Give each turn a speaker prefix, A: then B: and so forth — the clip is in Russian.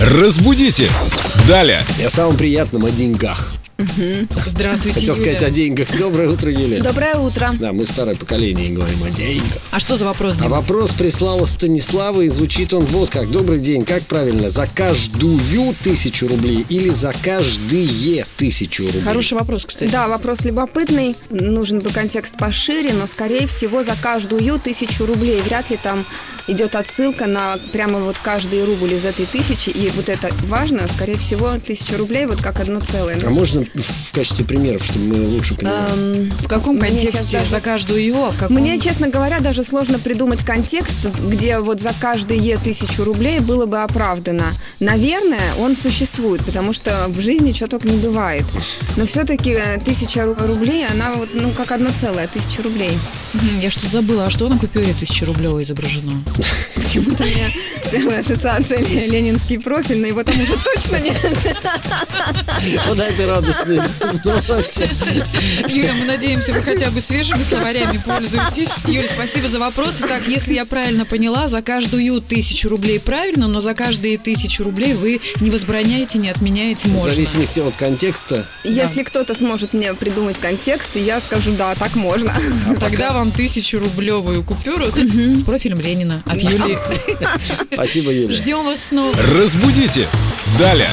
A: Разбудите! Далее.
B: Я самым приятным о деньгах.
C: Здравствуйте,
B: Хотел сказать
C: Юля.
B: о деньгах. Доброе утро, Елена.
D: Доброе утро.
B: Да, мы старое поколение и говорим о деньгах.
C: А что за вопрос?
B: А вопрос прислала Станислава, и звучит он вот как. Добрый день, как правильно? За каждую тысячу рублей или за каждые тысячу рублей?
C: Хороший вопрос, кстати.
D: Да, вопрос любопытный. Нужен бы контекст пошире, но, скорее всего, за каждую тысячу рублей. Вряд ли там идет отсылка на прямо вот каждый рубль из этой тысячи. И вот это важно, скорее всего, тысяча рублей вот как одно целое. Ну,
B: А можно в качестве примеров, чтобы мы лучше понимали?
D: Эм,
C: В каком
D: Мне сейчас
C: контексте?
D: даже-
C: За каждую его, а в каком?
D: Мне, честно говоря, даже сложно придумать контекст, где вот за каждые тысячу рублей было бы оправдано. Наверное, он существует, потому что в жизни чего только не бывает. Но все-таки тысяча ру- рублей, она вот, ну, как одно целое, тысяча рублей.
C: Мгм, Я что-то забыла, а что на купюре тысячерублевой изображено?
D: Почему-то у меня первая ассоциация Ле- ленинский профиль, но его там уже точно нет.
B: Вот на этой радостной ноте.
C: Юля, мы надеемся, вы хотя бы свежими словарями пользуетесь. Юля, спасибо за вопрос. Итак, если я правильно поняла, за каждую тысячу рублей правильно, но за каждые тысячу рублей вы не возбраняете, не отменяете
B: В
C: можно.
B: зависимости от контекста.
D: Если кто-то сможет мне придумать контекст, я скажу, да, так можно.
C: Тогда вам тысячу рублевую купюру с профилем Ленина от Юли.
B: Спасибо, Юля.
C: Ждем вас снова.
A: Разбудите! Далее.